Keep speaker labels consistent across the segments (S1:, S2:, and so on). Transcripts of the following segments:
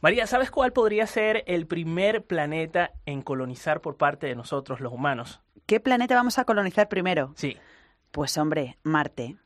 S1: María, ¿sabes cuál podría ser el primer planeta en colonizar por parte de nosotros, los humanos?
S2: ¿Qué planeta vamos a colonizar primero?
S1: Sí.
S2: Pues hombre, Marte.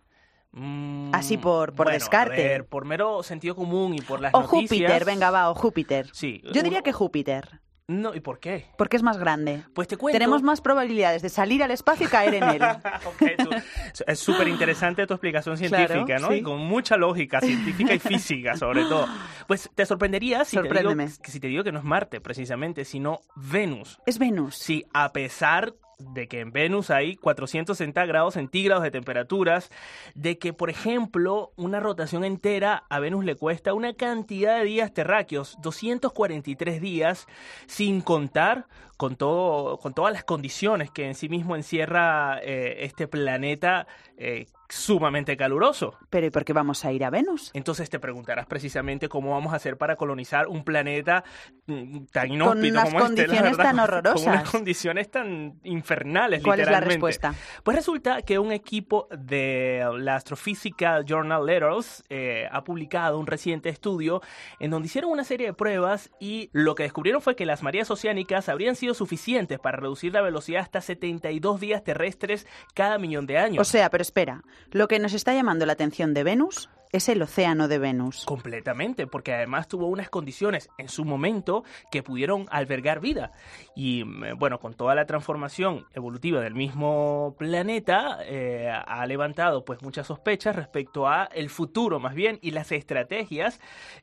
S1: Mm,
S2: Así por- por
S1: bueno, a
S2: descarte.
S1: ver, por mero sentido común y por las
S2: O
S1: noticias.
S2: Júpiter, venga, va, o Júpiter.
S1: Sí.
S2: Yo diría
S1: uno-
S2: que Júpiter,
S1: No, ¿y por qué?
S2: porque es más grande.
S1: Pues te cuento.
S2: Tenemos más probabilidades de salir al espacio y caer en él.
S1: Ok, tú- es súper interesante tu explicación científica,
S2: Claro,
S1: ¿no?
S2: sí.
S1: Y con mucha lógica científica y física, sobre todo. Pues te sorprendería si te, digo,
S2: Sorpréndeme.
S1: si te digo que no es Marte, precisamente, sino Venus.
S2: Es Venus.
S1: Sí, a pesar de que en Venus hay 460 grados centígrados de temperaturas, de que, por ejemplo, una rotación entera a Venus le cuesta una cantidad de días terráqueos, 243 días, sin contar con, todo, con todas las condiciones que en sí mismo encierra eh, este planeta eh, sumamente caluroso.
S2: Pero ¿y por qué vamos a ir a Venus?
S1: Entonces te preguntarás precisamente cómo vamos a hacer para colonizar un planeta mm, tan
S2: Con
S1: inhóspito
S2: unas
S1: como este, la
S2: condiciones
S1: verdad,
S2: tan
S1: Con unas
S2: horrorosas.
S1: condiciones tan infernales,
S2: ¿Cuál es la
S1: literalmente.
S2: respuesta?
S1: Pues resulta que un equipo de la Astrophysical Journal Letters eh, ha publicado un reciente estudio en donde hicieron una serie de pruebas y lo que descubrieron fue que las mareas oceánicas habrían sido suficientes para reducir la velocidad hasta 72 días terrestres cada millón de años.
S2: O sea, pero espera, lo que nos está llamando la atención de Venus es el océano de Venus.
S1: Completamente, porque además tuvo unas condiciones en su momento que pudieron albergar vida. Y mm, bueno, con toda la transformación evolutiva del mismo planeta, eh, ha levantado pues muchas sospechas respecto a el futuro más bien y las estrategias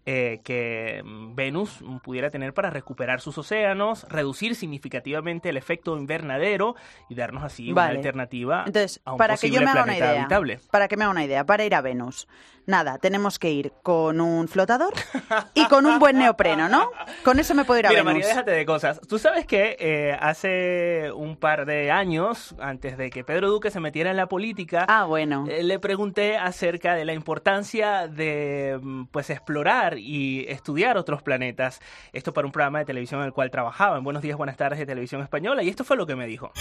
S1: eh, que mm, Venus mm, pudiera tener para recuperar sus océanos, reducir significativamente el efecto invernadero y darnos así una
S2: Vale.
S1: alternativa
S2: Entonces,
S1: Ah, a un
S2: para que
S1: posible
S2: yo me haga una
S1: planeta
S2: idea,
S1: habitable.
S2: para que me haga una idea, para ir a Venus, nada, tenemos que ir con un flotador y con un buen neopreno, ¿no? Con eso me puedo ir a
S1: Mira,
S2: Venus.
S1: María, déjate de cosas. Tú sabes que eh, hace un par de años, antes de que Pedro Duque se metiera en la política,
S2: Ah, bueno.
S1: eh, le pregunté acerca de la importancia de mm, pues explorar y estudiar otros planetas. Esto para un programa de televisión en el cual trabajaba, en Buenos Días, Buenas Tardes de Televisión Española, y esto fue lo que me dijo.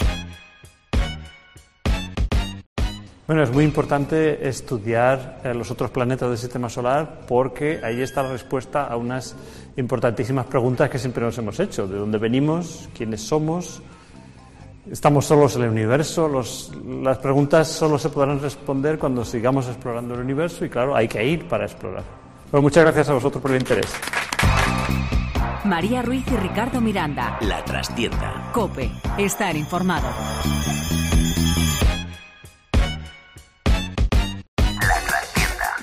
S3: Bueno, es muy importante estudiar eh, los otros planetas del sistema solar porque ahí está la respuesta a unas importantísimas preguntas que siempre nos hemos hecho. ¿De dónde venimos? ¿Quiénes somos? ¿Estamos solos en el universo? Los- las preguntas solo se podrán responder cuando sigamos explorando el universo y claro, hay que ir para explorar. Bueno, muchas gracias a vosotros por el interés.
S4: María Ruiz y Ricardo Miranda.
S5: La trastienda.
S4: Cope. Estar informado.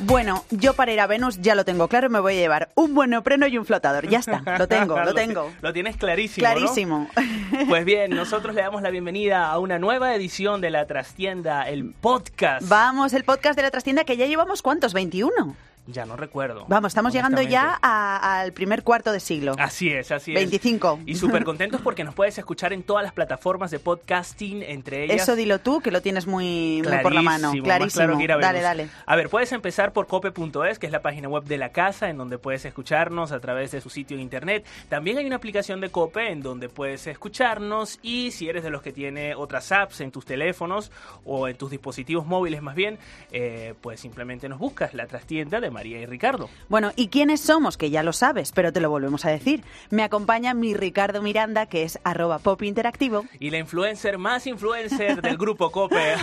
S2: Bueno, yo para ir a Venus ya lo tengo claro, me voy a llevar un buen neopreno y un flotador. Ya está, lo tengo, lo
S1: ti-
S2: tengo.
S1: Lo tienes clarísimo. ¿no?
S2: Clarísimo.
S1: Pues bien, nosotros le damos la bienvenida a una nueva edición de La Trastienda, el podcast.
S2: Vamos, el podcast de la trastienda que ya llevamos cuántos, 21.
S1: Ya no recuerdo.
S2: Vamos, estamos llegando ya
S1: honestamente.
S2: a- al primer cuarto de siglo.
S1: Así es, así es.
S2: 25.
S1: Y súper contentos porque nos puedes escuchar en todas las plataformas de podcasting, entre ellas.
S2: Eso dilo tú, que lo tienes muy, muy por la mano.
S1: Clarísimo, más
S2: Clarísimo.
S1: claro que ir a
S2: dale,
S1: Venus.
S2: dale.
S1: A ver, puedes empezar por cope.es, que es la página web de la casa, en donde puedes escucharnos a través de su sitio de internet. También hay una aplicación de cope en donde puedes escucharnos y si eres de los que tiene otras apps en tus teléfonos o en tus dispositivos móviles más bien, eh, pues simplemente nos buscas la trastienda de María y Ricardo.
S2: Bueno, ¿y quiénes somos? Que ya lo sabes, pero te lo volvemos a decir. Me acompaña mi Ricardo Miranda, que es arroba pop interactivo.
S1: Y la influencer más influencer del grupo COPE,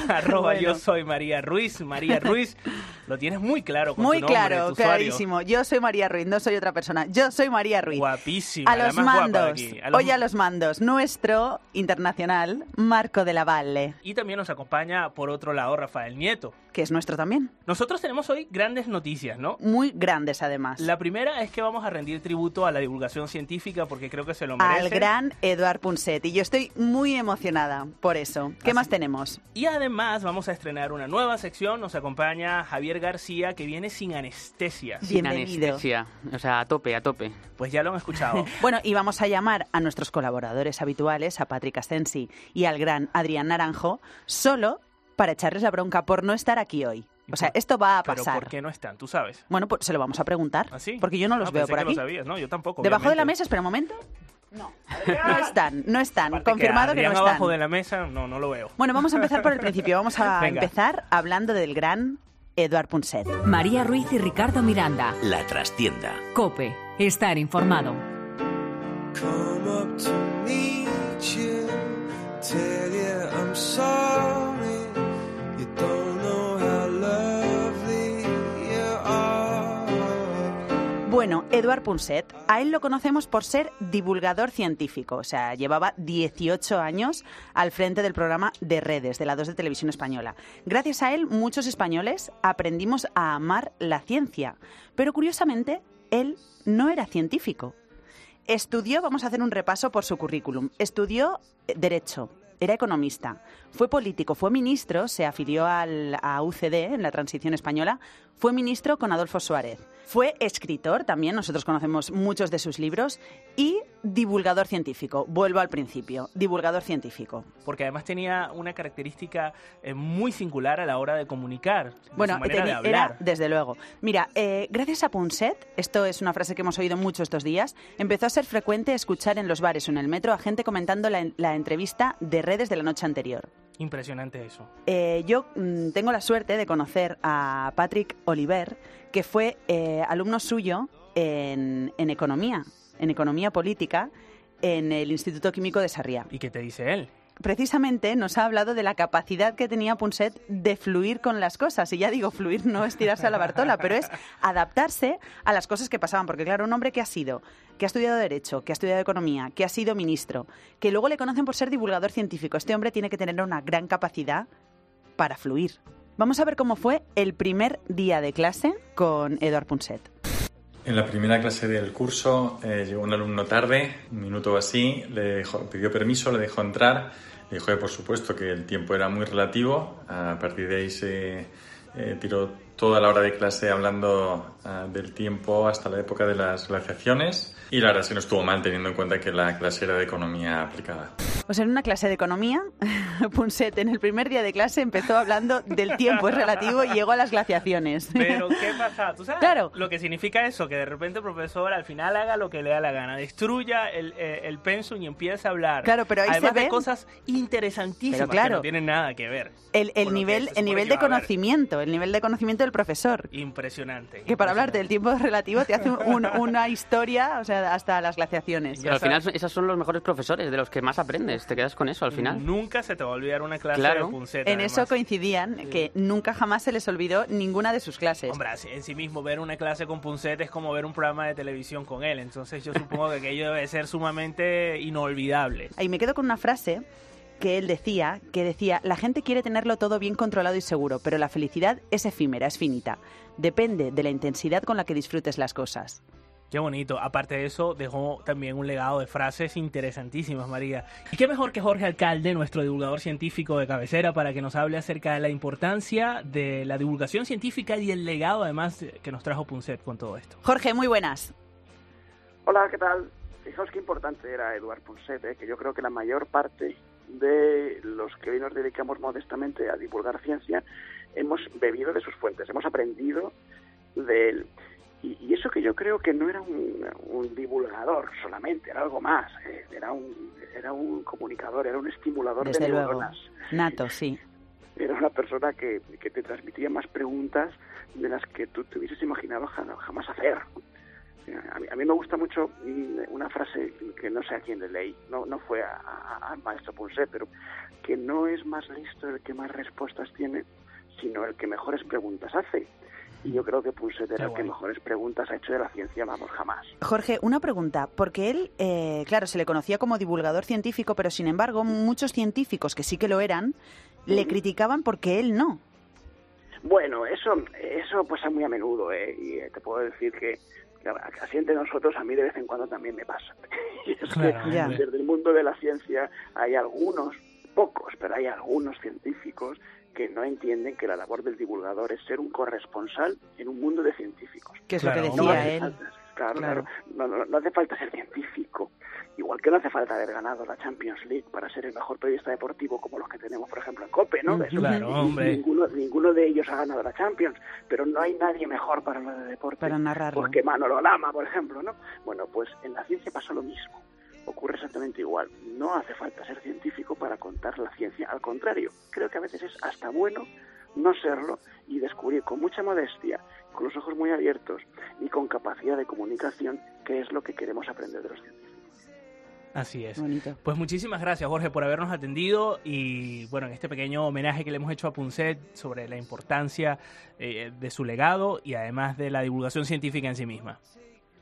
S1: arroba
S2: Bueno.
S1: yo soy María Ruiz. María Ruiz, lo tienes muy claro con
S2: Muy
S1: tu nombre,
S2: claro,
S1: tu usuario.
S2: clarísimo. Yo soy María Ruiz, no soy otra persona. Yo soy María Ruiz.
S1: Guapísima,
S2: A
S1: la
S2: los
S1: más guapa de
S2: mandos,
S1: aquí. A los-
S2: hoy a los mandos, nuestro internacional Marco de la Valle,
S1: Y también nos acompaña, por otro lado, Rafael Nieto.
S2: que es nuestro también.
S1: Nosotros tenemos hoy grandes noticias, ¿no?
S2: Muy grandes además.
S1: La primera es que vamos a rendir tributo a la divulgación científica porque creo que se lo merece.
S2: Al gran Eduard Punset. Y yo estoy muy emocionada por eso. ¿Qué
S1: Así-
S2: más tenemos?
S1: Y además vamos a estrenar una nueva sección. Nos acompaña Javier García que viene sin anestesia.
S6: Sin
S2: Bienvenido.
S6: anestesia. O sea, a tope, a tope.
S1: Pues ya lo han escuchado.
S2: Bueno, y vamos a llamar a nuestros colaboradores habituales, a Patrick Asensi y al gran Adrián Naranjo, solo para echarles la bronca por no estar aquí hoy. O sea,
S1: Por-
S2: esto va a
S1: Pero
S2: pasar.
S1: ¿por qué no están? Tú sabes.
S2: Bueno, pues se lo vamos a preguntar,
S1: ¿Ah, sí?
S2: porque yo no los
S1: Ah,
S2: veo
S1: pensé
S2: por
S1: que
S2: aquí.
S1: Lo sabías. No, yo tampoco.
S2: Debajo de la
S1: obviamente.
S2: mesa, espera un momento. No, no están, no están.
S1: Aparte que
S2: Confirmado que, no
S1: Adrián
S2: están.
S1: abajo de la mesa, no, no lo veo.
S2: Bueno, vamos a empezar por el principio. Vamos a
S1: Venga.
S2: empezar hablando del gran Eduard Punset.
S4: María Ruiz y Ricardo Miranda.
S5: La trastienda.
S4: Cope. Estar informado.
S5: Come up to meet you, tell you I'm sorry. You don't know how lovely you are.
S2: Bueno, Eduard Punset, a él lo conocemos por ser divulgador científico, o sea, llevaba 18 años al frente del programa de redes de la 2 de Televisión Española. Gracias a él, muchos españoles aprendimos a amar la ciencia, pero curiosamente, él no era científico. Estudió, vamos a hacer un repaso por su currículum, estudió eh, Derecho. Era economista, fue político, fue ministro, se afilió al, a UCD en la transición española, fue ministro con Adolfo Suárez, fue escritor también, nosotros conocemos muchos de sus libros, y divulgador científico. Vuelvo al principio, divulgador científico.
S1: Porque además tenía una característica eh, muy singular a la hora de comunicar. de
S2: Bueno,
S1: su manera de
S2: tenía-
S1: hablar.
S2: era, desde luego. Mira, eh, gracias a Punset, esto es una frase que hemos oído mucho estos días, empezó a ser frecuente escuchar en los bares o en el metro a gente comentando la, en- la entrevista de redes de la noche anterior.
S1: Impresionante eso.
S2: Eh, yo mm, tengo la suerte de conocer a Patrick Oliver, que fue eh, alumno suyo en, en economía, en economía política, en el Instituto Químico de Sarriá
S1: ¿Y qué te dice él?
S2: precisamente nos ha hablado de la capacidad que tenía Punset de fluir con las cosas. Y ya digo, fluir no es tirarse a la bartola, pero es adaptarse a las cosas que pasaban. Porque claro, un hombre que ha sido, que ha estudiado Derecho, que ha estudiado Economía, que ha sido ministro, que luego le conocen por ser divulgador científico, este hombre tiene que tener una gran capacidad para fluir. Vamos a ver cómo fue el primer día de clase con Eduard Punset.
S7: En la primera clase del curso eh, llegó un alumno tarde, un minuto o así, le dejó- pidió permiso, le dejó entrar, le dijo que por supuesto que el tiempo era muy relativo, a partir de ahí se eh, tiró toda la hora de clase hablando ah, del tiempo hasta la época de las glaciaciones y la verdad es que no estuvo mal teniendo en cuenta que la clase era de economía aplicada.
S2: Pues en una clase de economía, Punset en el primer día de clase empezó hablando del tiempo es relativo y llegó a las glaciaciones.
S1: Pero, ¿qué pasa? ¿Tú sabes
S2: Claro.
S1: lo que significa eso? Que de repente el profesor al final haga lo que le da la gana, destruya el, eh, el pensum y empiece a hablar.
S2: Claro, pero ahí se
S1: Además de
S2: ven-
S1: cosas interesantísimas
S2: Pero claro.
S1: que no tienen nada que ver.
S2: El, el
S1: con lo que
S2: nivel,
S1: se supone
S2: el nivel
S1: que
S2: de
S1: va a haber.
S2: conocimiento, el nivel de conocimiento del profesor.
S1: Impresionante.
S2: Que para hablarte del tiempo relativo te hace un- una historia, o sea, hasta las glaciaciones.
S1: Ya
S6: Pero al final,
S1: sabes.
S6: esos son los mejores profesores, de los que más aprendes. Te quedas con eso al final.
S1: Nunca se te va a olvidar una clase
S6: Claro.
S1: de punceta.
S2: En eso
S1: además.
S2: coincidían que nunca jamás se les olvidó ninguna de sus clases.
S1: Hombre, así- en sí mismo ver una clase con Punset es como ver un programa de televisión con él, entonces yo supongo que aquello debe ser sumamente inolvidable.
S2: Y me quedo con una frase que él decía, que decía, la gente quiere tenerlo todo bien controlado y seguro, pero la felicidad es efímera, es finita. Depende de la intensidad con la que disfrutes las cosas.
S1: Qué bonito. Aparte de eso, dejó también un legado de frases interesantísimas, María. Y qué mejor que Jorge Alcalde, nuestro divulgador científico de cabecera, para que nos hable acerca de la importancia de la divulgación científica y el legado, además, que nos trajo Punset con todo esto.
S2: Jorge, muy buenas.
S8: Hola, ¿qué tal? Fijaos qué importante era Eduard Ponset, ¿eh? que yo creo que la mayor parte de los que hoy nos dedicamos modestamente a divulgar ciencia hemos bebido de sus fuentes, hemos aprendido de él. Y, y eso que yo creo que no era un, un divulgador solamente, era algo más, ¿eh? era, un, era un comunicador, era un estimulador
S2: Desde
S8: de
S2: luego.
S8: neuronas
S2: Nato, sí.
S8: era una persona que, que te transmitía más preguntas de las que tú te hubieses imaginado ja- jamás hacer. A mí, a mí me gusta mucho mm, una frase que no sé a quién le leí, no, no fue a- a- al maestro Ponset, pero que no es más listo el que más respuestas tiene, sino el que mejores preguntas hace. Y yo creo que Ponset
S1: Qué
S8: era el que
S1: guay.
S8: mejores preguntas ha hecho de la ciencia, vamos, jamás.
S2: Jorge, una pregunta, porque él, eh, claro, se le conocía como divulgador científico, pero sin embargo muchos científicos que sí que lo eran, le criticaban porque él no.
S8: Bueno, eso, eso pasa muy a menudo, ¿eh? Y eh, te puedo decir que que a- así entre nosotros a mí de vez en cuando también me pasa. Y es
S1: Claro,
S8: que
S2: Ya.
S1: hombre.
S8: desde el mundo de la ciencia hay algunos, pocos, pero hay algunos científicos que no entienden que la labor del divulgador es ser un corresponsal en un mundo de científicos.
S2: Que es
S1: Claro,
S2: lo que
S8: No
S2: decía
S8: hace
S2: él.
S8: falta, claro,
S2: Claro.
S8: claro. No, no- no hace falta ser científico. Igual que no hace falta haber ganado la Champions League para ser el mejor periodista deportivo como los que tenemos, por ejemplo, en COPE, ¿no? Eso-
S1: Mm, Claro, hombre.
S8: Ninguno, ninguno de ellos ha ganado la Champions, pero no hay nadie mejor para lo de deporte.
S2: Para narrarlo.
S8: Porque Manolo Lama, por ejemplo, ¿no? Bueno, pues en la ciencia pasa lo mismo. Ocurre exactamente igual. No hace falta ser científico para contar la ciencia. Al contrario, creo que a veces es hasta bueno no serlo y descubrir con mucha modestia, con los ojos muy abiertos y con capacidad de comunicación qué es lo que queremos aprender de los científicos.
S1: Así es.
S2: Bonito.
S1: Pues muchísimas gracias, Jorge, por habernos atendido y, bueno, en este pequeño homenaje que le hemos hecho a Punset sobre la importancia eh, de su legado y además de la divulgación científica en sí misma.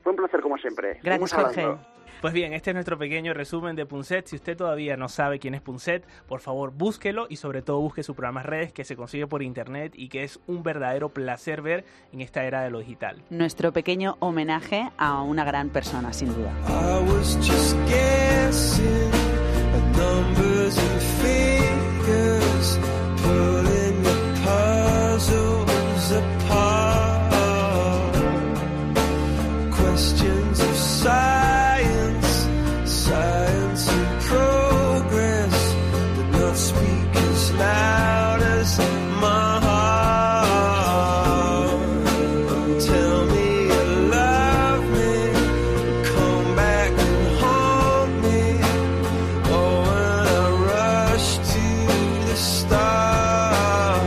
S8: Fue un placer como siempre.
S2: Gracias,
S8: Seguimos hablando.
S2: Jorge.
S1: Pues bien, este es nuestro pequeño resumen de Punset. Si usted todavía no sabe quién es Punset, por favor búsquelo y sobre todo busque su programa en redes que se consigue por internet y que es un verdadero placer ver en esta era de lo digital.
S2: Nuestro pequeño homenaje a una gran persona, sin duda.
S5: I was just guessing at numbers and figures, pulling the puzzles apart. Questions of science, science and progress did not speak as loud as my heart. Tell me you love me. Come back and haunt me. Oh, when I rush to the stars,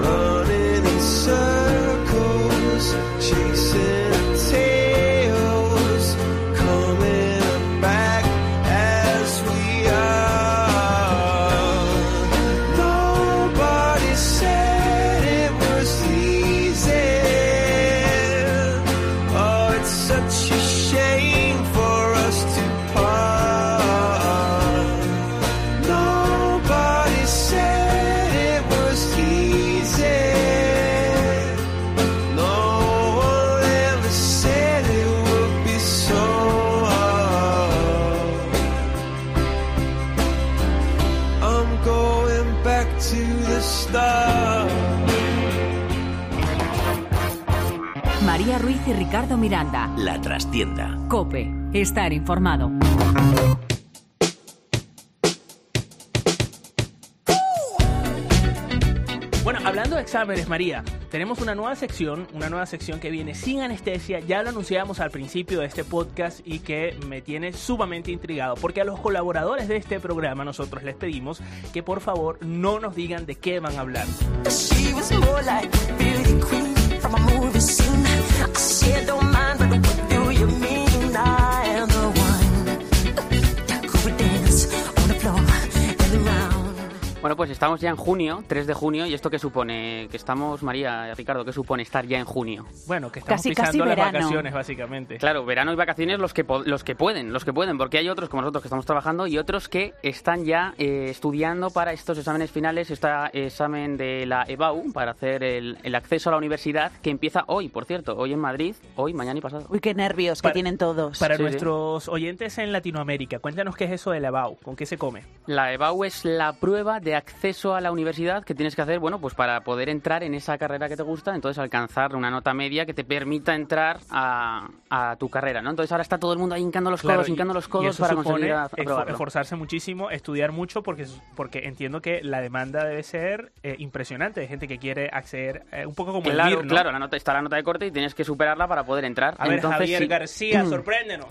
S5: running in circles, chasing tails, coming back as we are. Nobody said it was easy. Oh, it's such a shame for us to part. Nobody said it was easy. No one ever said it would be so hard. I'm going back to the start.
S4: María Ruiz y Ricardo Miranda.
S9: La trastienda.
S4: Cope. Estar informado.
S1: Bueno, hablando de exámenes, María, tenemos una nueva sección, una nueva sección que viene sin anestesia, ya lo anunciábamos al principio de este podcast y que me tiene sumamente intrigado, porque a los colaboradores de este programa nosotros les pedimos que por favor no nos digan de qué van a hablar.
S10: She was more like a beauty queen from a movie scene. I said, don't mind, but what do you mean? I am the one who would dance on the floor and around.
S6: Bueno, pues estamos ya en junio, 3 de junio, y esto qué supone que estamos, María, Ricardo, ¿qué supone estar ya en junio?
S1: Bueno, que estamos
S2: Casi, casi
S1: pisando las
S2: verano.
S1: vacaciones básicamente.
S6: Claro, verano y vacaciones los que po- los que pueden, los que pueden, porque hay otros como nosotros que estamos trabajando y otros que están ya eh, estudiando para estos exámenes finales, este examen de la E EBAU para hacer el, el acceso a la universidad que empieza hoy, por cierto, hoy en Madrid, hoy, mañana y pasado.
S2: Uy, qué nervios
S1: Para-
S2: que tienen todos.
S1: Para
S6: Sí, sí.
S1: nuestros oyentes en Latinoamérica, cuéntanos qué es eso de la BAU, con qué se come.
S6: La EBAU es la prueba de acceso a la universidad que tienes que hacer, bueno, pues para poder entrar en esa carrera que te gusta, entonces alcanzar una nota media que te permita entrar a, a tu carrera, ¿no? Entonces ahora está todo el mundo ahí hincando los codos,
S1: Claro, y-
S6: hincando los
S1: y
S6: codos
S1: eso
S6: para
S1: supone
S6: conseguir a-
S1: esfor-
S6: aprobarlo.
S1: esforzarse muchísimo, estudiar mucho, porque, porque entiendo que la demanda debe ser eh, impresionante de gente que quiere acceder, eh, un poco como
S6: claro,
S1: el MIR, ¿no?
S6: claro, la nota, está la nota de corte y tienes que superarla para poder entrar.
S1: A ver,
S6: Entonces,
S1: Javier
S6: sí.
S1: García, sorpréndenos.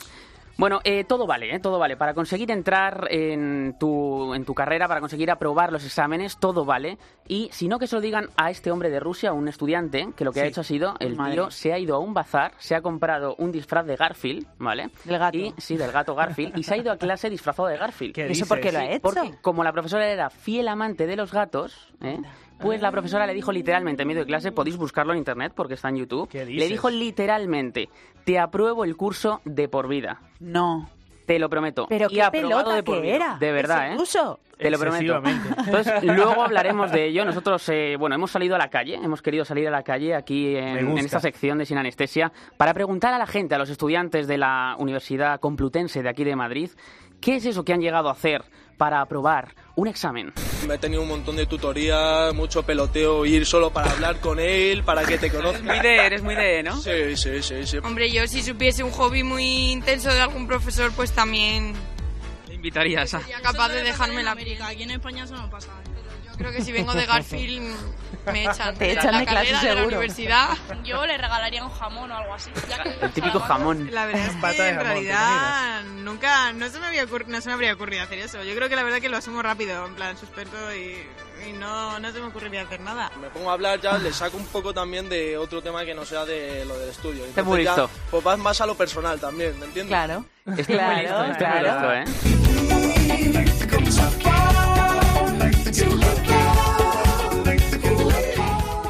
S6: Bueno, eh, todo vale, eh, todo vale. Para conseguir entrar en tu, en tu carrera, para conseguir aprobar los exámenes, todo vale. Y si no que se lo digan a este hombre de Rusia, un estudiante, que lo que ha
S1: Sí.
S6: hecho ha sido, el
S2: Madre
S6: tío
S2: mía.
S6: se ha ido a un bazar, se ha comprado un disfraz de Garfield, ¿vale?
S2: Del gato.
S6: Y, sí, del gato Garfield, y se ha ido a clase disfrazado de Garfield.
S1: ¿Qué
S2: ¿Eso por qué lo
S1: dices?
S2: ha hecho?
S6: Porque como la profesora era fiel amante de los gatos, ¿eh? pues la profesora le dijo literalmente en medio de clase, podéis buscarlo en internet porque está en YouTube,
S1: ¿Qué dices?
S6: le dijo literalmente, te apruebo el curso de por vida.
S2: No.
S6: Te lo prometo.
S2: Pero
S6: Y
S2: qué
S6: aprobado
S2: pelota
S6: de por
S2: que
S6: vida.
S2: era.
S6: De verdad,
S2: ese
S6: ¿eh?
S2: ruso.
S6: Te lo prometo.
S1: Excesivamente.
S6: Entonces, luego hablaremos de ello. Nosotros, eh, bueno, hemos salido a la calle, hemos querido salir a la calle aquí en,
S1: Me gusta.
S6: en esta sección de Sin Anestesia para preguntar a la gente, a los estudiantes de la Universidad Complutense de aquí de Madrid, ¿qué es eso que han llegado a hacer para aprobar un examen?
S11: Me he tenido un montón de tutoría, mucho peloteo, ir solo para hablar con él, para que te conozca.
S6: de, eres muy de, ¿no?
S11: Sí, sí, sí, sí.
S10: Hombre, yo si supiese un hobby muy intenso de algún profesor, pues también
S6: Invitarías a...
S10: sería capaz de dejarme la piel.
S11: Aquí en España eso no pasa. ¿eh?
S10: Yo creo que si vengo de Garfield me echan
S2: Te
S10: de la-
S2: echan
S10: la
S2: de clase
S10: carrera, de la
S2: seguro.
S10: universidad.
S11: Yo le regalaría un jamón o algo así.
S6: El típico jamón.
S10: La verdad es que
S1: Pata de
S10: en
S1: jamón, ¿te
S10: realidad nunca
S9: nunca, no se me había ocurri- no se me habría ocurrido hacer eso. Yo creo que la verdad que lo asumo rápido, en plan suspenso y, y no, no se me ocurriría hacer nada.
S11: Me
S2: Eh,
S11: pongo a hablar ya, le saco un poco también de otro tema que no sea de lo del estudio. Entonces
S6: muy
S11: ya,
S6: listo.
S11: pues vas más a lo personal también, ¿me entiendes?
S9: Claro.
S6: Estoy muy listo, estoy muy listo, ¿eh? eh.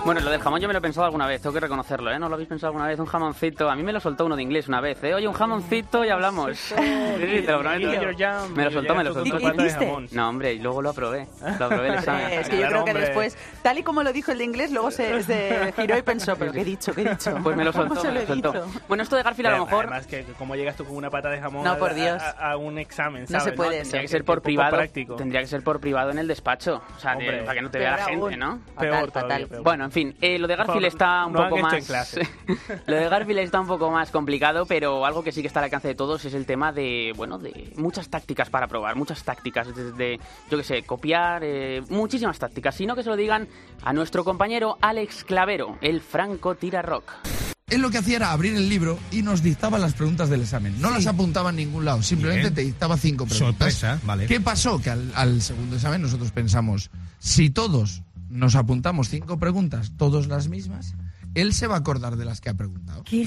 S6: Bueno, lo del jamón yo me lo he pensado alguna vez, tengo que reconocerlo, ¿eh? ¿No lo habéis pensado alguna vez? Un jamoncito, a mí me lo soltó uno de inglés una vez, ¿eh? Oye, un jamoncito y hablamos. Sí, sí, te lo prometo. ¿eh?
S1: Your jam,
S6: Me lo
S1: your
S6: soltó,
S1: jam,
S6: me lo
S1: tu
S6: soltó.
S1: torta de
S2: hiciste?
S1: jamón.
S6: No, hombre, y luego lo aprobé. Lo aprobé el examen.
S2: Eh, es que yo
S1: Claro,
S2: creo que
S1: Ah, hombre.
S2: después, tal y como lo dijo el de inglés, luego se, se giró y pensó, pero ¿qué he dicho? ¿Qué he dicho?
S6: Pues me lo
S2: ¿Cómo
S6: soltó,
S2: se
S6: me lo
S2: he
S6: soltó.
S2: dicho?
S6: Bueno, esto de Garfield a lo mejor
S1: Además, que, que cómo llegas tú con una pata de jamón
S2: No,
S1: a-
S2: por
S1: a-
S2: Dios.
S1: a, a un examen,
S2: No
S1: ¿sabes?
S2: se puede.
S6: tendría que ser por
S1: poco
S6: privado.
S1: práctico.
S6: Tendría que ser por privado en el despacho. O sea, de-
S1: Hombre.
S6: para que no te vea la
S2: Peor
S6: gente,
S2: aún.
S6: ¿no?
S1: Peor
S2: Fatal,
S1: todavía,
S2: fatal.
S1: peor.
S6: Bueno, en fin, eh, lo de
S1: Por favor,
S6: Garfield está un
S1: no este
S6: poco
S1: hagan
S6: más.
S1: esto en
S6: lo de Garfield está un poco más complicado, pero algo que sí que está al alcance de todos es el tema de, bueno, de muchas tácticas para probar, muchas tácticas, desde, yo qué sé, copiar, eh, muchísimas tácticas, sino que se lo digan a nuestro compañero Alex Clavero, el franco tira rock.
S12: Él lo que hacía era abrir el libro y nos dictaba las preguntas del examen. No las apuntaba en ningún lado, simplemente
S13: Bien.
S12: te dictaba cinco preguntas.
S13: Sorpresa, vale.
S12: ¿Qué pasó? Que al, al segundo examen nosotros pensamos, si todos nos apuntamos cinco preguntas, todas las mismas, él se va a acordar de las que ha preguntado.
S2: ¡Qué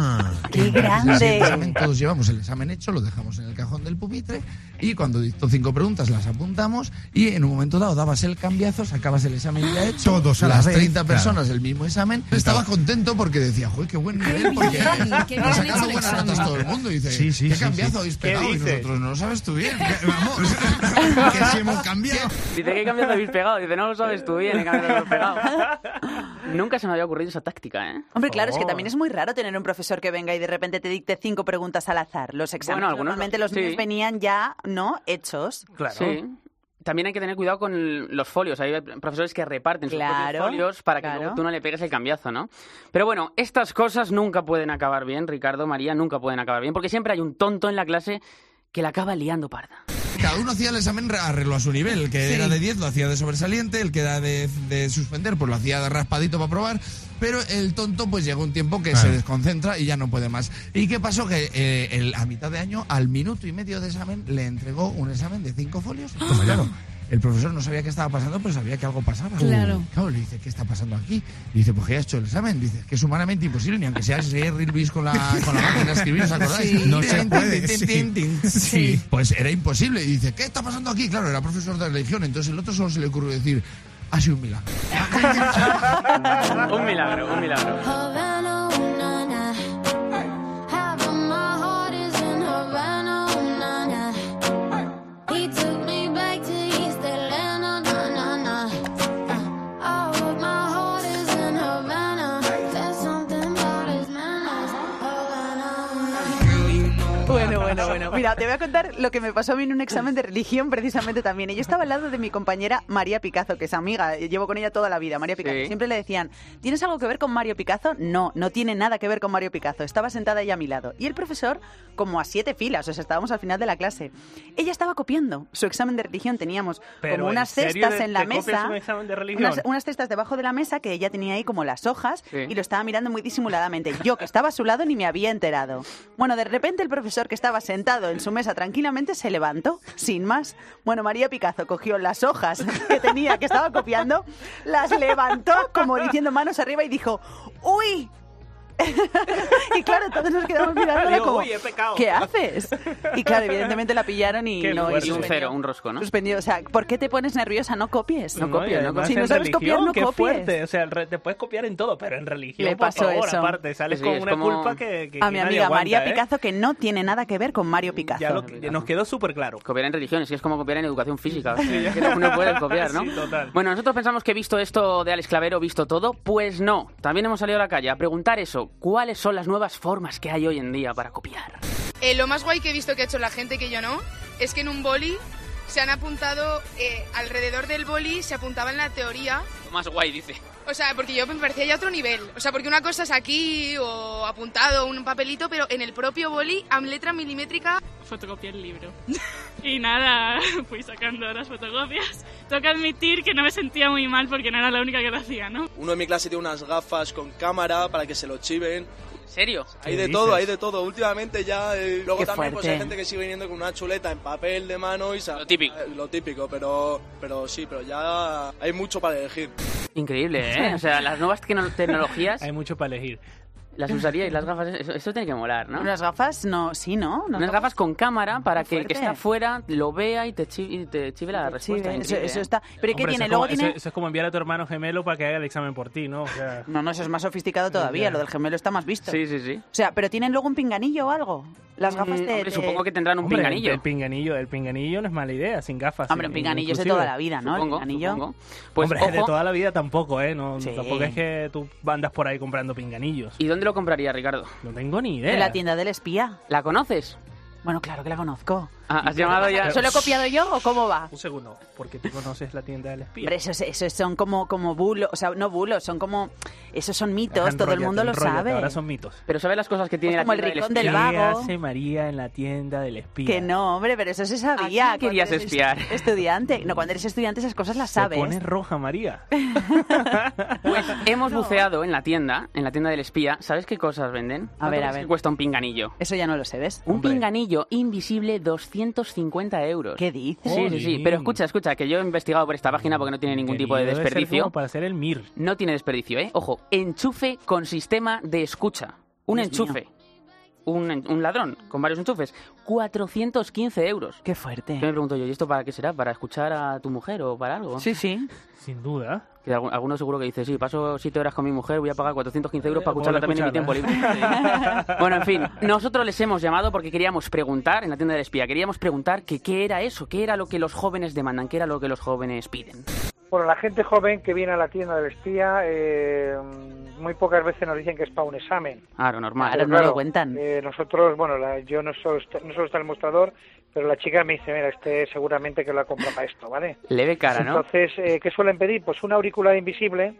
S13: Ah,
S2: ¡Qué
S12: Entonces, el examen,
S2: grande!
S12: todos llevamos el examen hecho, lo dejamos en el cajón del pupitre y cuando dictó cinco preguntas las apuntamos y en un momento dado dabas el cambiazo, sacabas el examen ya hecho,
S13: Todos a la
S12: las
S13: vez,
S12: 30
S13: claro.
S12: personas el mismo examen. Estaba contento porque decía, joder, qué buen nivel, porque
S4: qué
S12: ha
S4: bien hecho
S12: sacado
S4: el
S12: buenas
S4: examen".
S12: notas todo el mundo. Y dice,
S13: Sí, sí,
S12: qué
S13: sí,
S12: cambiazo
S13: sí.
S12: habéis pegado y
S1: dices?
S12: nosotros no lo sabes tú bien.
S13: Vamos, que si hemos cambiado.
S6: Dice, ¿qué cambios habéis pegado? Dice, no lo sabes tú bien, ¿qué cambios habéis pegado? Nunca se me había ocurrido esa táctica, ¿eh?
S2: Hombre, claro, es que
S1: favor.
S2: también es muy raro tener un profesor que venga y de repente te dicte cinco preguntas al azar. Los exámenes
S6: Bueno, algunos-
S2: normalmente los
S6: sí.
S2: niños venían ya, ¿no? Hechos.
S1: Claro.
S6: Sí. También hay que tener cuidado con el- los folios. Hay profesores que reparten sus
S2: Claro,
S6: propios folios para que
S2: claro.
S6: luego tú no le pegues el cambiazo, ¿no? Pero bueno, estas cosas nunca pueden acabar bien, Ricardo, María, nunca pueden acabar bien, porque siempre hay un tonto en la clase que la acaba liando parda.
S12: Cada uno hacía el examen arreglo a su nivel. El que era de 10 lo hacía de sobresaliente, el que era de, de suspender pues lo hacía de raspadito para probar. Pero el tonto pues llegó un tiempo que
S13: Claro.
S12: se desconcentra y ya no puede más. ¿Y qué pasó? Que eh, el- a mitad de año, al minuto y medio de examen, le entregó un examen de cinco folios. Pues claro, el profesor no sabía qué estaba pasando, pero sabía que algo pasaba.
S4: Claro.
S12: Claro, le dice, ¿qué está pasando aquí? Le dice, pues que ya has hecho el examen. Dice, que es humanamente imposible, ni aunque sea seguir Rilbis con la, con la máquina de escribir, ¿os acordáis?
S13: No se puede,
S12: Tin, tin,
S13: sí.
S12: tin, tin, tin. Pues era imposible. Y dice, ¿qué está pasando aquí? Claro, era profesor de religión, entonces el otro solo se le ocurrió decir, ha sido un milagro.
S6: Un milagro, un milagro.
S10: Havana, ooh, na, na. Having my heart is in Havana, ooh, na, na. He took me back to East Atlanta, na, na, na. Oh, but my heart is in Havana. There's something about his manners, Havana, ooh, na, na.
S2: Bueno, bueno, bueno. Mira, te voy a contar lo que me pasó a mí en un examen de religión precisamente también. Y yo estaba al lado de mi compañera María Picazo, que es amiga, llevo con ella toda la vida, María Picazo.
S6: Sí.
S2: Siempre le decían, ¿tienes algo que ver con Mario Picazo? No, no tiene nada que ver con Mario Picazo. Estaba sentada ella a mi lado. Y el profesor, como a siete filas, o sea, estábamos al final de la clase. Ella estaba copiando su examen de religión. Teníamos
S1: Pero,
S2: como
S1: ¿en
S2: unas
S1: serio
S2: cestas
S1: te-
S2: en la
S1: te copias
S2: mesa.
S1: un examen de religión?
S2: unas- unas cestas debajo de la mesa que ella tenía ahí como las hojas
S6: Sí.
S2: y lo estaba mirando muy disimuladamente. Yo, que estaba a su lado, ni me había enterado. Bueno, de repente el profesor que estaba sentado en su mesa tranquilamente se levantó, sin más. Bueno, María Picazo cogió las hojas que tenía, que estaba copiando, las levantó como diciendo manos arriba y dijo, ¡Uy! y claro, todos nos quedamos mirándola
S1: Digo,
S2: como,
S1: "Uy, he pecado".
S2: ¿qué haces? Y claro, evidentemente la pillaron y
S1: Qué
S2: no...
S1: fuerte.
S6: Y un
S2: suspendió.
S6: cero, un rosco, ¿no?
S2: Suspendido. O sea, ¿por qué te pones nerviosa? No copies.
S6: No copies,
S1: y
S6: no
S1: además
S6: copies.
S2: Si no
S1: en
S2: sabes copiar,
S1: religión,
S2: no
S1: qué
S2: copies.
S1: fuerte. O sea, en re- te puedes copiar en todo, pero en religión,
S2: Le
S1: por
S2: pasó
S1: favor,
S2: eso.
S1: aparte, sales
S6: Sí,
S1: con
S6: es
S1: una
S6: como-
S1: culpa que, que-
S2: a mi
S1: que nadie
S2: amiga
S1: aguanta,
S2: María
S1: ¿eh?
S2: Picazo que no tiene nada que ver con Mario Picazo.
S1: Ya lo que- nos quedó súper claro.
S6: Copiar en religión, si es como copiar en educación física. o sea, es que no, no puedes copiar, ¿no?
S1: Sí, total.
S6: Bueno, nosotros pensamos que visto esto de Alex Clavero, visto todo, pues no. También hemos salido a la calle a preguntar eso. ¿Cuáles son las nuevas formas que hay hoy en día para copiar?
S9: Eh, lo más guay que he visto que ha hecho la gente que yo no es que en un boli se han apuntado eh, alrededor del boli, se apuntaban la teoría.
S6: Más guay, dice.
S9: O sea, porque yo me parecía ya otro nivel. O sea, porque una cosa es aquí o apuntado un papelito, pero en el propio boli, a letra milimétrica.
S14: fotocopié el libro. Y nada, fui sacando las fotocopias. Tengo que admitir que no me sentía muy mal porque no era la única que lo hacía, ¿no?
S11: Uno de mi clase tiene unas gafas con cámara para que se lo chiven.
S6: ¿En serio?
S11: Hay de todo, hay de todo. Últimamente ya. eh, luego
S6: Qué
S11: también pues,
S6: fuerte.
S11: hay gente que sigue viniendo con una chuleta en papel de mano y Lo típico. Lo típico, pero, pero sí, pero ya hay mucho para elegir.
S6: Increíble, ¿eh? O sea, las nuevas tecno- tecnologías...
S1: Hay mucho para elegir.
S6: Las usaría y las gafas... Eso, eso tiene que molar, ¿no?
S2: Unas gafas, no, sí, ¿no?
S6: Unas gafas con cámara para que el
S2: fuerte.
S6: que está afuera lo vea y te, chi- y te chive la respuesta.
S2: chive, eso-
S6: increíble,
S2: eso
S6: ¿eh?
S2: está- Pero ¿qué
S1: Hombre,
S2: tiene?
S1: Eso es,
S2: Luego
S1: como, eso-
S2: tiene-
S1: eso es como enviar a tu hermano gemelo para que haga el examen por ti, ¿no? O sea,
S2: No, no, eso es más sofisticado todavía. Lo del gemelo está más visto.
S1: Sí,
S6: sí, sí.
S2: O sea, pero tienen luego un pinganillo o algo. Las
S6: Mm,
S1: Mm,
S2: gafas te- te-
S1: Hombre, El, el pinganillo, el pinganillo no es mala idea, sin gafas.
S2: Hombre,
S1: eh,
S2: un pinganillo es de
S1: inclusive.
S2: toda la vida, ¿no? El Supongo, pinganillo. supongo. Pues,
S1: Hombre, de
S2: ojo.
S1: toda la vida tampoco, ¿eh? No, no,
S2: Sí.
S1: Tampoco es que tú andas por ahí comprando pinganillos.
S6: ¿Y dónde lo compraría, Ricardo?
S1: No tengo ni idea.
S2: En la tienda del espía.
S6: ¿La conoces?
S2: Bueno, claro que la conozco.
S6: Ah, has
S2: ¿Qué
S6: llamado
S2: pasa?
S6: ya...
S2: ¿Eso lo he copiado yo o cómo va?
S1: Un segundo, porque tú conoces la tienda del espía.
S2: Hombre, esos, esos son como, como bulos, o sea, no bulos, son como... Esos son mitos, todo el
S1: Enróllate,
S2: mundo lo
S1: enróllate,
S2: sabe.
S1: Ahora son mitos.
S6: Pero ¿sabes las cosas que tiene
S2: Pues como el
S6: tienda
S2: rincón del
S6: espía?
S2: vago.
S1: ¿Qué hace María en la tienda del espía?
S2: Que no, hombre, pero eso se sabía.
S6: quién querías
S2: cuando eres
S6: espiar?
S2: Estudiante. No, cuando eres estudiante esas cosas las
S1: Se
S2: sabes.
S1: pone roja María.
S6: Hemos buceado en la tienda, en la tienda del espía. ¿Sabes qué cosas venden?
S2: A ver, a
S6: crees
S2: ver.
S6: que cuesta un pinganillo?
S2: Eso ya no lo sé, ¿ves?
S6: Un pinganillo invisible, 250 euros.
S2: ¿Qué dices?
S6: Sí, sí, sí.
S1: Jolín.
S6: Pero escucha, escucha, que yo he investigado por esta página porque no tiene ningún tipo de
S1: Debe ser
S6: desperdicio.
S1: como para hacer el MIR.
S6: No tiene desperdicio, ¿eh? Ojo, enchufe con sistema de escucha. Un
S1: Dios
S6: enchufe. Un, en- un ladrón con varios enchufes. 415 euros.
S2: Qué fuerte.
S6: Yo me pregunto yo, ¿y esto para qué será? ¿Para escuchar a tu mujer o para algo?
S2: Sí, sí.
S1: Sin duda.
S6: Que algu- alguno seguro que dice, sí, paso 7 horas con mi mujer, voy a pagar 415 euros para
S1: Por
S6: escucharla también en mi tiempo
S1: escucharla.
S6: libre.
S1: ¿eh?
S6: Sí. bueno, en fin, nosotros les hemos llamado porque queríamos preguntar, en la tienda del espía, queríamos preguntar que qué era eso, qué era lo que los jóvenes demandan, qué era lo que los jóvenes piden.
S15: Bueno, la gente joven que viene a la tienda del espía, eh, muy pocas veces nos dicen que es para un examen.
S6: Claro, normal.
S15: Pero claro, eh, nosotros, bueno, la- yo no solo, est- no solo está el mostrador, pero la chica me dice, mira, este seguramente que lo ha comprado para esto, ¿vale?
S6: Le ve cara, ¿no?
S15: Entonces, eh, ¿qué suelen pedir? Pues un auricular invisible,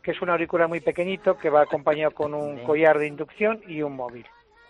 S15: que es un auricular muy pequeñito, que va acompañado con un collar de inducción y un móvil.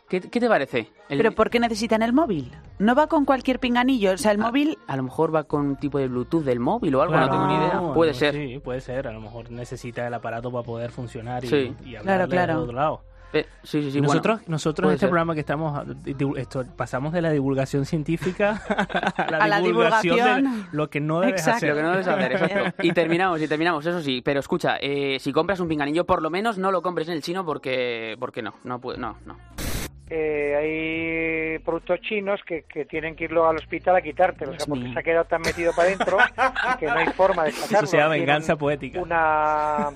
S6: ¿Qué, qué te parece? El-
S2: ¿Pero por qué necesitan el móvil? No va con cualquier pinganillo, o sea,
S1: Ah.
S2: el móvil...
S6: a lo mejor va con un tipo de Bluetooth del móvil o algo, no tengo ni idea.
S1: Claro,
S6: Puede
S1: no,
S6: ser.
S1: Sí, puede ser. A lo mejor necesita el aparato para poder funcionar y,
S6: Sí.
S1: y
S6: Claro,
S1: hablarle
S6: claro.
S1: al otro lado.
S6: Eh, sí, sí, sí.
S1: Y
S6: bueno,
S1: nosotros, nosotros en
S6: puede
S1: este
S6: ser.
S1: programa que estamos divu- esto, pasamos de la divulgación científica a la,
S6: A la
S1: divulgación,
S6: divulgación.
S1: de lo que no debes
S6: Exacto.
S1: hacer.
S6: Lo que no debes hacer, exacto. Y terminamos, y terminamos, eso sí. Pero escucha, eh, si compras un pinganillo, por lo menos no lo compres en el chino porque, porque no, no puede, no, no.
S15: eh, hay productos chinos que, que tienen que irlo al hospital a quitártelo, o sea, porque se ha quedado tan metido para adentro que no hay forma de
S1: Eso
S15: sacarlo.
S1: se llama
S15: Tienen
S1: venganza poética.
S15: Una,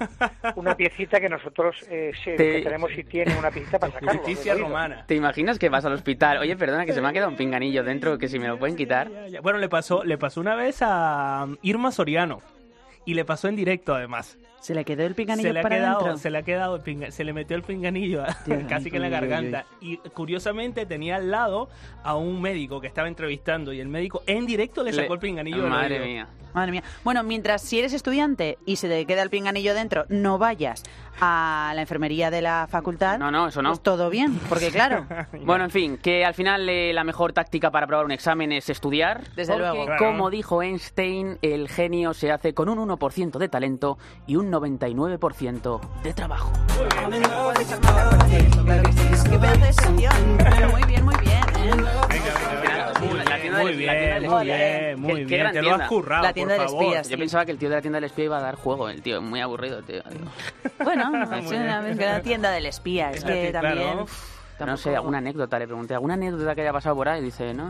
S15: una piecita que nosotros eh, sí,
S6: Te-
S15: que tenemos y tiene una piecita para sacarlo.
S1: Justicia
S15: del oído.
S1: romana.
S6: ¿Te imaginas que vas al hospital? Oye, perdona, que se me ha quedado un pinganillo dentro, que si me lo pueden quitar.
S1: Bueno, le pasó, le pasó una vez a um, Irma Soriano. Y le pasó en directo, además.
S2: Se le quedó el pinganillo
S1: Se le, ha
S2: para
S1: quedado,
S2: adentro.
S1: se le ha quedado, el pinga- se le metió el pinganillo a-
S2: Dios,
S1: casi que en la
S2: uy, uy, uy.
S1: garganta. Y curiosamente tenía al lado a un médico que estaba entrevistando y el médico en directo le
S6: Le-
S1: sacó el pinganillo. del
S6: Madre
S1: oído.
S6: mía.
S2: Madre mía. Bueno, mientras si eres estudiante y se te queda el pinganillo dentro, no vayas a la enfermería de la facultad.
S6: No, no, eso no.
S2: Pues todo bien, porque claro.
S6: Bueno, en fin, que al final eh, la mejor táctica para aprobar un examen es estudiar.
S2: Desde
S6: porque,
S2: luego. Claro.
S6: Como dijo Einstein, el genio se hace con un 1% de talento y un 99% de trabajo.
S2: Qué pedazo de sección. Pero muy bien, muy bien. ¿eh?
S1: Muy bien, muy
S6: ¿eh?
S1: bien, muy bien. Te lo has currado, por favor.
S6: Yo pensaba que el tío de la tienda del espía iba a dar juego, el tío. Muy aburrido, tío.
S2: Bueno, es una gran tienda del espía. Es que también...
S6: No sé, alguna anécdota le pregunté. ¿Alguna anécdota que haya pasado por ahí? Y dice, no,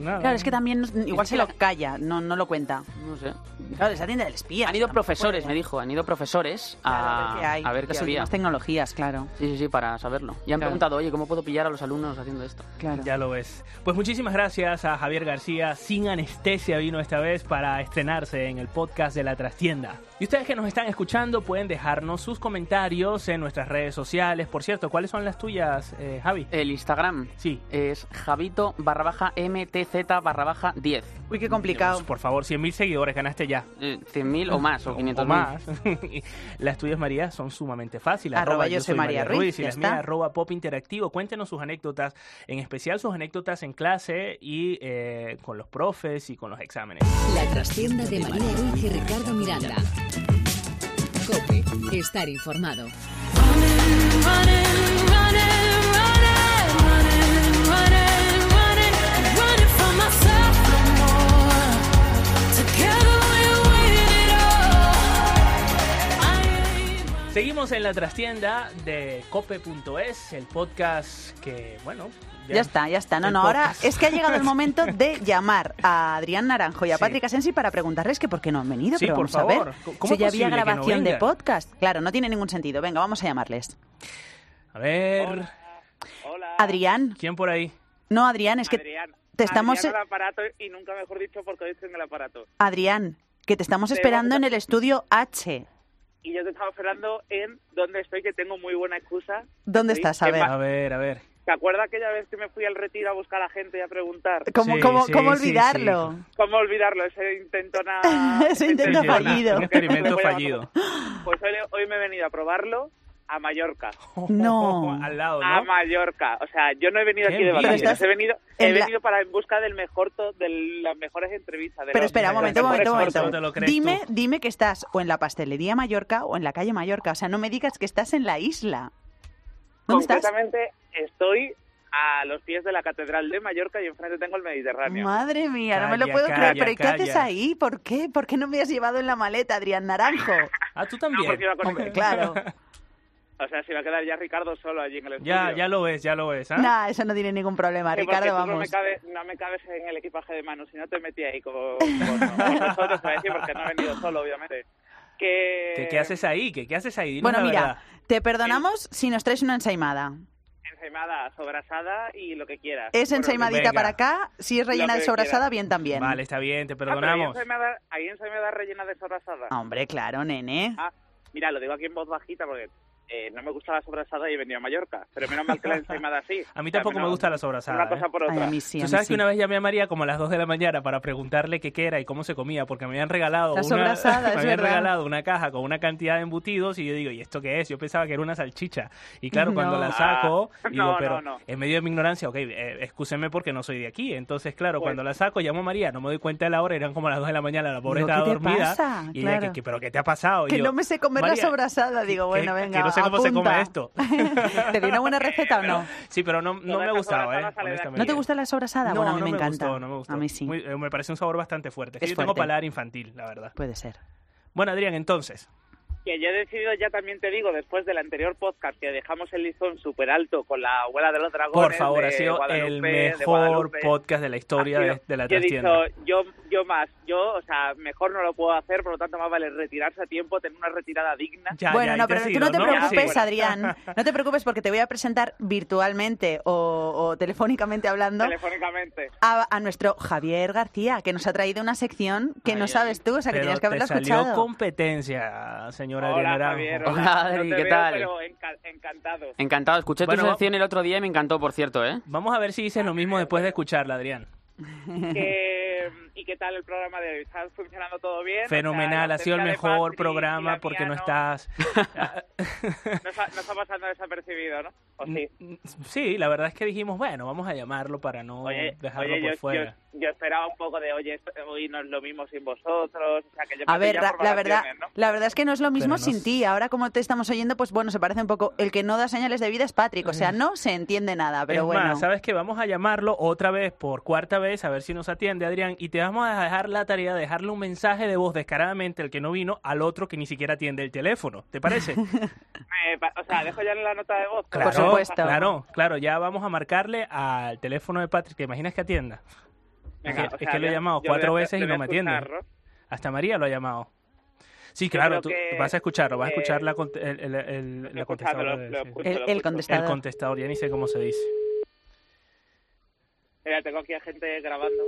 S2: Claro, es que también no- igual se lo calla, no, no lo cuenta.
S6: no sé.
S2: Claro, esa tienda del espía.
S6: Han ido profesores, me dijo. Han ido profesores a,
S2: Ah, qué hay.
S6: a ver qué
S2: Las
S6: había.
S2: últimas tecnologías, claro.
S6: Sí, sí, sí, para saberlo. Y han
S1: Claro.
S6: preguntado, oye, ¿cómo puedo pillar a los alumnos haciendo esto?
S1: Ya lo ves. Pues muchísimas gracias a Javier García. Sin anestesia vino esta vez para estrenarse en el podcast de La Trastienda. Y ustedes que nos están escuchando pueden dejarnos sus comentarios en nuestras redes sociales. Por cierto, ¿cuáles son las tuyas, eh, Javi?
S6: El Instagram.
S1: Sí.
S6: Es Javito barra baja MTZ barra baja 10.
S2: Uy, qué complicado.
S1: Por favor, 100.000 seguidores ganaste ya.
S6: Eh, 100.000 o más, o 500.000.
S1: más. las tuyas, María, son sumamente fáciles.
S2: Arroba yo soy María Ruiz,
S1: y
S2: ya
S1: las
S2: está.
S1: mías, arroba pop interactivo. Cuéntenos sus anécdotas, en especial sus anécdotas en clase y eh, con los profes y con los exámenes.
S4: La trastienda de María Ruiz y Ricardo Miranda. COPE. Estar informado.
S10: Running, running, running.
S1: Seguimos en la trastienda de cope.es, el podcast que, bueno...
S2: Ya está, ya está. No,
S1: el
S2: no, ahora
S1: podcast.
S2: es que ha llegado el momento de llamar a Adrián Naranjo y a Patrick Asensi para preguntarles que por qué no han venido,
S1: Sí,
S2: pero
S1: por
S2: vamos a ver
S1: favor. ¿Cómo
S2: si ya
S1: es
S2: había
S1: posible que no
S2: grabación de
S1: vengan?
S2: podcast. Claro, no tiene ningún sentido. Venga, vamos a llamarles.
S1: A ver...
S2: Adrián.
S1: ¿Quién por ahí?
S2: No, Adrián, es que te estamos
S16: Adrián al aparato y nunca mejor dicho porque hoy estoy en el aparato.
S2: Adrián, que te estamos
S16: Te
S2: esperando
S16: vamos
S2: en el estudio H.
S16: Y yo te estaba esperando en donde estoy, que tengo muy buena excusa.
S2: ¿Dónde
S16: Estoy
S2: estás? A
S16: en
S2: ver.
S1: A ver, a ver.
S16: ¿Te acuerdas aquella vez que me fui al retiro a buscar a gente y a preguntar?
S2: ¿Cómo,
S1: Sí,
S2: cómo,
S1: sí,
S2: cómo
S1: sí, sí.
S2: olvidarlo?
S16: ¿Cómo olvidarlo? Ese intento na-
S2: Ese intento
S1: Sí, sí,
S2: fallido.
S1: Un experimento fallido.
S16: Pues hoy, hoy me he venido a probarlo a Mallorca.
S2: No.
S1: Al lado,
S16: A Mallorca. O sea, yo no he venido
S2: Qué
S16: aquí de
S2: envidia.
S16: vacaciones. He venido, he
S2: en la-
S16: venido para en busca del mejor to- de las mejores entrevistas. de
S2: Pero
S16: los-
S2: espera, un
S16: de los
S2: momento, un
S16: mejores
S2: momento, un
S16: cortos.
S2: momento. Dime, dime que estás o en la pastelería Mallorca o en la calle Mallorca. O sea, no me digas que estás en la isla. ¿Dónde estás?
S16: Concretamente, estoy a los pies de la Catedral de Mallorca y enfrente tengo el Mediterráneo.
S2: Madre mía, no me lo
S16: Calla,
S2: puedo creer.
S16: calla,
S2: ¿Pero ¿y qué haces
S16: calla.
S2: ahí? ¿Por qué? ¿Por qué no me has llevado en la maleta, Adrián Naranjo?
S1: Ah, tú también.
S16: porque iba con-
S2: Hombre, claro.
S16: O sea, se va a quedar ya Ricardo solo allí en el estudio.
S1: Ya, ya lo ves, ya lo ves, ¿ah?
S2: Nah, eso no tiene ningún problema,
S16: Sí, porque
S2: Ricardo,
S16: tú No me,
S2: vamos.
S16: cabe- no me cabes en el equipaje de mano, si no te metí ahí como con nosotros, te voy a decir, porque no he venido solo, obviamente. Que...
S1: ¿Qué, qué haces ahí? ¿Qué, qué haces ahí? Dinos
S2: Bueno,
S1: la
S2: mira,
S1: verdad.
S2: te perdonamos si nos traes una ensaimada.
S16: Ensaimada, sobrasada y lo que quieras.
S2: Es ensaimadita
S1: venga.
S2: para acá, si es
S16: Lo
S2: rellena
S16: que
S2: de sobrasada,
S16: quieras.
S2: bien también.
S1: Vale, está bien, te
S16: Ah, pero ahí
S1: perdonamos.
S16: ensaimada, ahí ensaimada rellena de sobrasada.
S2: Hombre, claro, nene.
S16: Ah, mira, lo digo aquí en voz bajita porque eh, no me gusta la sobrasada y he venido a Mallorca. Pero menos mal que la ensaimada sí.
S1: A mí tampoco me gusta la sobrasada.
S16: Una cosa
S1: ¿eh?
S16: por otra.
S1: Tú sabes que una vez llamé a María como a las 2 de la mañana para preguntarle qué qué era y cómo se comía, porque me habían regalado,
S2: La
S1: una,
S2: sobrasada,
S1: me
S2: es
S1: habían
S2: verdad.
S1: regalado una caja con una cantidad de embutidos y yo digo, ¿y esto qué es? Yo pensaba que era una salchicha. Y claro, cuando
S16: No.
S1: la saco,
S16: Ah,
S1: digo,
S16: no,
S1: pero
S16: no, no.
S1: en medio de mi ignorancia, ok, eh, excúsenme porque no soy de aquí. Entonces, claro,
S16: Pues-
S1: cuando la saco, llamo a María, no me doy cuenta de la hora, eran como las 2 de la mañana, la pobre
S2: Digo,
S1: estaba
S2: ¿qué te
S1: dormida.
S2: pasa?
S1: Y ella,
S2: Claro.
S1: "¿Qué- ¿pero qué te ha pasado? Y
S2: Que
S1: yo,
S2: no me sé comer
S1: María,
S2: la sobrasada. Digo,
S1: que-
S2: bueno, venga.
S1: que no sé cómo se come
S2: apunta.
S1: esto.
S2: ¿Te dio una buena receta o no?
S1: Sí, pero no, no me ha gustado, ¿eh? honestamente.
S2: ¿No te gusta la sobrasada?
S1: No,
S2: bueno, a mí
S1: no
S2: me, encanta.
S1: gustó, no me gustó.
S2: A mí sí.
S1: Muy- eh, me parece un sabor bastante fuerte. Es que
S2: Es
S1: yo tengo
S2: fuerte.
S1: paladar infantil, la verdad.
S2: Puede ser.
S1: Bueno, Adrián, entonces.
S16: Que yo he decidido, ya también te digo, después del anterior podcast que dejamos el listón súper alto con la abuela de los dragones.
S1: Por favor,
S16: de
S1: ha sido
S16: Guadalupe,
S1: el
S16: de
S1: mejor
S16: Guadalupe,
S1: podcast de la historia
S16: ha sido-
S1: de, de la
S16: yo he
S1: trastienda.
S16: dicho, yo, yo más, yo, o sea, mejor no lo puedo hacer, por lo tanto más vale retirarse a tiempo, tener una retirada digna.
S2: bueno, no, pero tú no te preocupes,
S16: Sí, bueno.
S2: Adrián. No te preocupes porque te voy a presentar virtualmente o, o telefónicamente hablando
S16: Telefónicamente.
S2: a, a nuestro Javier García, que nos ha traído una sección que no sabes tú, o sea, que
S1: Pero
S2: tienes que haberla
S1: te salió
S2: escuchado.
S1: competencia, señora
S6: Hola,
S1: Adrián Naranjo.
S6: Javier, hola. Hola, Adri,
S16: No
S6: ¿qué
S16: te veo,
S6: tal?
S16: pero enca- encantado.
S6: Encantado, escuché
S1: Bueno,
S6: tu sección el otro día y me encantó, por cierto, ¿eh?
S1: Vamos a ver si dices lo mismo después de escucharla, Adrián.
S16: Que, ¿Y qué tal el programa de hoy? ¿Está funcionando todo bien? O sea,
S1: Fenomenal,
S16: la
S1: ha sido el
S16: ausencia de
S1: mejor
S16: Patri y la
S1: programa porque
S16: mía
S1: no estás...
S16: No está, no está pasando desapercibido, ¿no? ¿O sí?
S1: Sí, la verdad es que dijimos, bueno, vamos a llamarlo para no
S16: Oye,
S1: Oh, dejarlo
S16: oye,
S1: por
S16: yo,
S1: fuera.
S16: yo- yo esperaba un poco de, oye, esto- hoy no es lo mismo sin vosotros. O sea, que yo
S2: A
S16: me
S2: ver,
S16: pillaba
S2: la,
S16: por
S2: la verdad,
S16: vacaciones, ¿no?
S2: la verdad es que no es lo mismo
S16: no
S2: sin ti. Ahora como te estamos oyendo, pues bueno, se parece un poco. El que no da señales de vida es Patrick, o sea, no se entiende nada, Ah, pero
S1: Mm. es
S2: bueno.
S1: más, ¿sabes qué? Vamos a llamarlo otra vez, por cuarta vez, a ver si nos atiende, Adrián, y te vamos a dejar la tarea de dejarle un mensaje de voz descaradamente, el que no vino, al otro que ni siquiera atiende el teléfono. ¿Te parece?
S16: Eh, pa- o sea, dejo ya la nota de voz.
S1: claro, Claro, claro, ya vamos a marcarle al teléfono de Patrick. ¿Te imaginas que atienda? es
S16: Venga,
S1: que,
S16: o
S1: es
S16: sea,
S1: que lo he
S16: yo-
S1: llamado
S16: yo
S1: cuatro
S16: voy a-
S1: veces y
S16: yo
S1: no
S16: voy a
S1: me atiende.
S16: escucharlo.
S1: Hasta María lo ha llamado. Sí,
S16: Yo
S1: claro,
S16: creo
S1: tú
S16: que,
S1: vas a escucharlo, vas a
S16: eh,
S1: escuchar la, cont- el, el- el- la
S16: escuchando,
S1: contestadora
S16: lo-
S1: de-
S16: lo
S1: sí.
S16: escucho, El- lo el escucho. contestador.
S1: El contestador, ya ni sé cómo se dice.
S16: Mira, tengo aquí a gente grabando.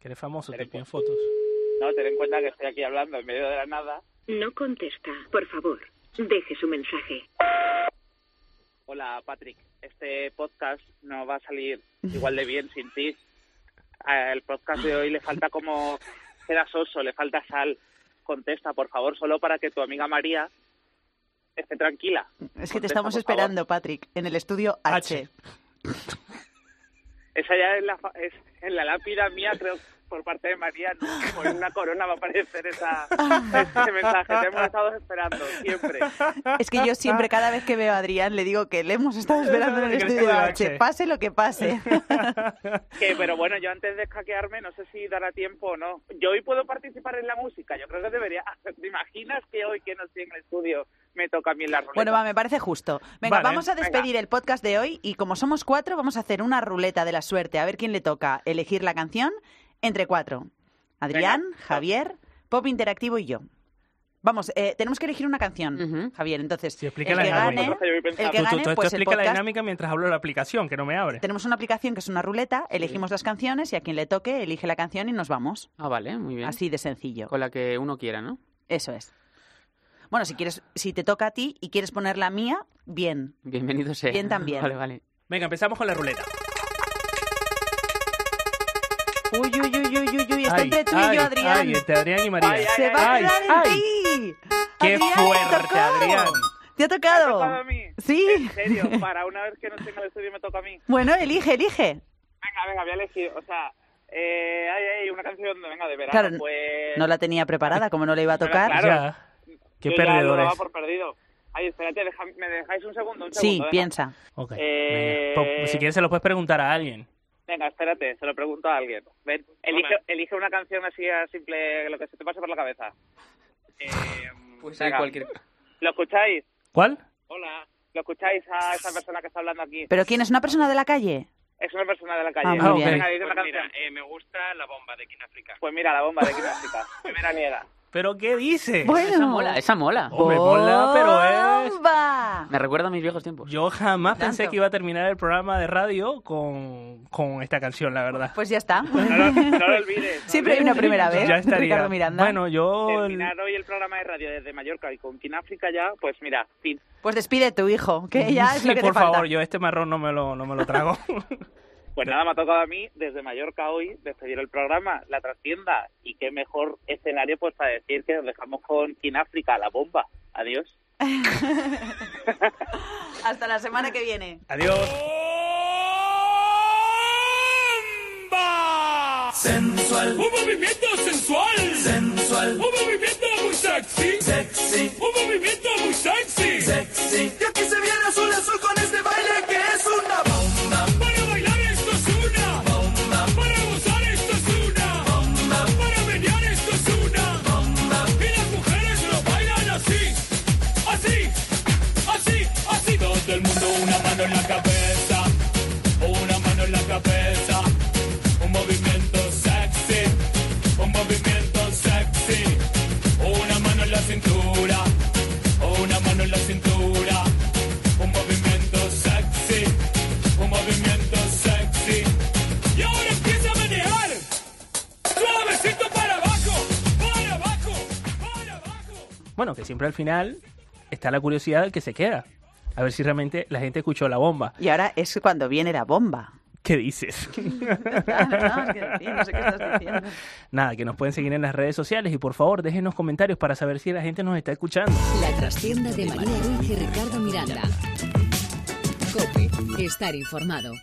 S1: Que eres famoso, te piden fotos.
S16: No, ten en cuenta que estoy aquí hablando en medio de la nada.
S17: No contesta, por favor. Deje su mensaje.
S16: Hola, Patrick. Este podcast no va a salir igual de bien sin ti. Al podcast de hoy le falta como pedazoso, le falta sal. Contesta, por favor, solo para que tu amiga María esté tranquila.
S2: Es que te
S16: Contesta,
S2: estamos
S16: por favor.
S2: esperando, Patrick, en el estudio H.
S16: Esa ya es, la, fa- es en la lápida mía, creo, por parte de María, no, como en una corona va a aparecer esa, ese Este mensaje. Te hemos estado esperando siempre.
S2: Es que yo siempre, cada vez que veo a Adrián, le digo que le hemos estado esperando en el
S16: Que le
S2: estudio de
S16: queda
S2: noche,
S16: H.
S2: pase lo que pase.
S16: Que, pero bueno, yo antes de escaquearme, no sé si dará tiempo o no. Yo hoy puedo participar en la música. Yo creo que debería. ¿Te imaginas que hoy que no estoy en el estudio me toca a mí en la ruleta?
S2: Bueno, va, me parece justo. Venga,
S16: Vale.
S2: vamos a despedir el podcast de hoy y como somos cuatro, vamos a hacer una ruleta de la suerte, a ver quién le toca elegir la canción entre cuatro. Adrián, Javier, Pop Interactivo y yo. Vamos, eh, tenemos que elegir una canción, Javier. Entonces,
S1: Explica
S2: el
S1: la
S2: que
S1: dinámica.
S2: gane, el que
S1: Tú- tú-
S2: gane,
S1: tú- tú
S2: pues el
S1: explica la
S2: podcast
S1: dinámica mientras hablo de la aplicación, que no me abre.
S2: Tenemos una aplicación que es una ruleta, elegimos las canciones y a quien le toque elige la canción y nos vamos.
S6: Ah, vale, muy bien.
S2: Así de sencillo.
S6: Con la que uno quiera, ¿no?
S2: Eso es. Bueno, si quieres, si te toca a ti y quieres poner la mía, bien.
S6: Bienvenido sea.
S2: Bien también.
S6: Vale, vale.
S1: Venga, empezamos con la ruleta.
S2: Uy, uy, uy, uy, uy, uy, está
S1: Ay,
S2: entre tú
S1: ay,
S2: y yo, Adrián.
S1: ay, entre Adrián y María.
S2: Se va
S1: Ay,
S2: a quedar en
S1: ay,
S2: ti.
S1: ¡Qué
S2: Adrián, te
S1: fuerte,
S2: tocó.
S1: Adrián!
S2: Te ha tocado.
S16: tocado a mí?
S2: Sí.
S16: En serio, para una vez que no estoy en el estudio me toca a mí.
S2: Bueno, elige, elige.
S16: Venga, venga, voy a elegir. O sea, eh, ay, ay, una canción de, venga, de verano.
S2: Claro,
S16: pues...
S2: no la tenía preparada, como no le iba a tocar.
S16: Claro.
S1: Qué
S16: Yo ya lo
S1: perdedores.
S16: daba por perdido. Ay, espérate, deja- ¿me dejáis un segundo? Un
S2: Sí,
S16: segundo, venga.
S2: piensa.
S1: Ok,
S16: Eh,
S1: venga. Pop, Si quieres se lo puedes preguntar a alguien.
S16: Venga, espérate, se lo pregunto a alguien. Ven, elige, elige una canción así a simple, lo que se te pase por la cabeza. Eh,
S6: Pues
S16: venga.
S6: cualquier.
S16: ¿Lo escucháis?
S1: ¿Cuál?
S16: Hola. ¿Lo escucháis a esa persona que está hablando aquí?
S2: ¿Pero quién es? ¿Una persona de la calle?
S16: Es una persona de la calle.
S2: Ah, muy Ah, bien. ok.
S16: Venga, dice una canción. Pues eh, me gusta La Bomba de Kináfrica. Pues mira, La Bomba de Kináfrica. Primera niega.
S1: ¿Pero qué dices?
S2: Bueno.
S6: Esa mola, esa mola.
S1: Hombre, ponla, pero es...
S2: ¡Bomba!
S6: Oh. Me recuerda a mis viejos tiempos.
S1: Yo jamás
S6: Tanto.
S1: pensé que iba a terminar el programa de radio con, con esta canción, la verdad.
S2: Pues ya está.
S16: No lo olvides. no
S2: Siempre hay
S16: olvides.
S2: una primera vez.
S1: Ya estaría.
S2: Ricardo Miranda.
S1: Bueno,
S6: Eh,
S1: yo... el-
S16: Terminar hoy el programa de radio desde Mallorca y con Kináfrica ya, pues mira, fin.
S2: Pues despide tu hijo, que ya es
S1: Sí,
S2: lo que
S1: por
S2: te falta.
S1: favor, yo este marrón no me lo, no me lo trago.
S16: Pues nada, me ha tocado a mí desde Mallorca hoy despedir el programa, la trastienda. Y qué mejor escenario pues para decir que nos dejamos con Kináfrica, la bomba. Adiós.
S2: Hasta la semana que viene.
S1: Adiós.
S18: Sensual. Un movimiento sensual. Sensual. Un movimiento muy sexy. Sexy. Un movimiento muy sexy. Sexy. Y aquí se viene azul azul con este baile que es una bomba. Para bailar esto es una bomba. Para gozar esto es una bomba. Para menear esto es una bomba. Y las mujeres lo bailan así. Así. Así. Así. Todo el mundo una mano en la cabeza. Una mano en la cabeza. Un movimiento sexy, un movimiento sexy. Una mano en la cintura, una mano en la cintura. Un movimiento sexy, un movimiento sexy. Y ahora empieza a manejar. Suavecito para abajo, para abajo.
S1: Bueno, que siempre al final está la curiosidad del que se queda. A ver si realmente la gente escuchó la bomba.
S2: Y ahora es cuando viene la bomba.
S1: ¿Qué dices? Nada, que nos pueden seguir en las redes sociales y por favor déjenos comentarios para saber si la gente nos está escuchando.
S4: La trastienda de María Ruiz y Ricardo Miranda. Cope, estar informado.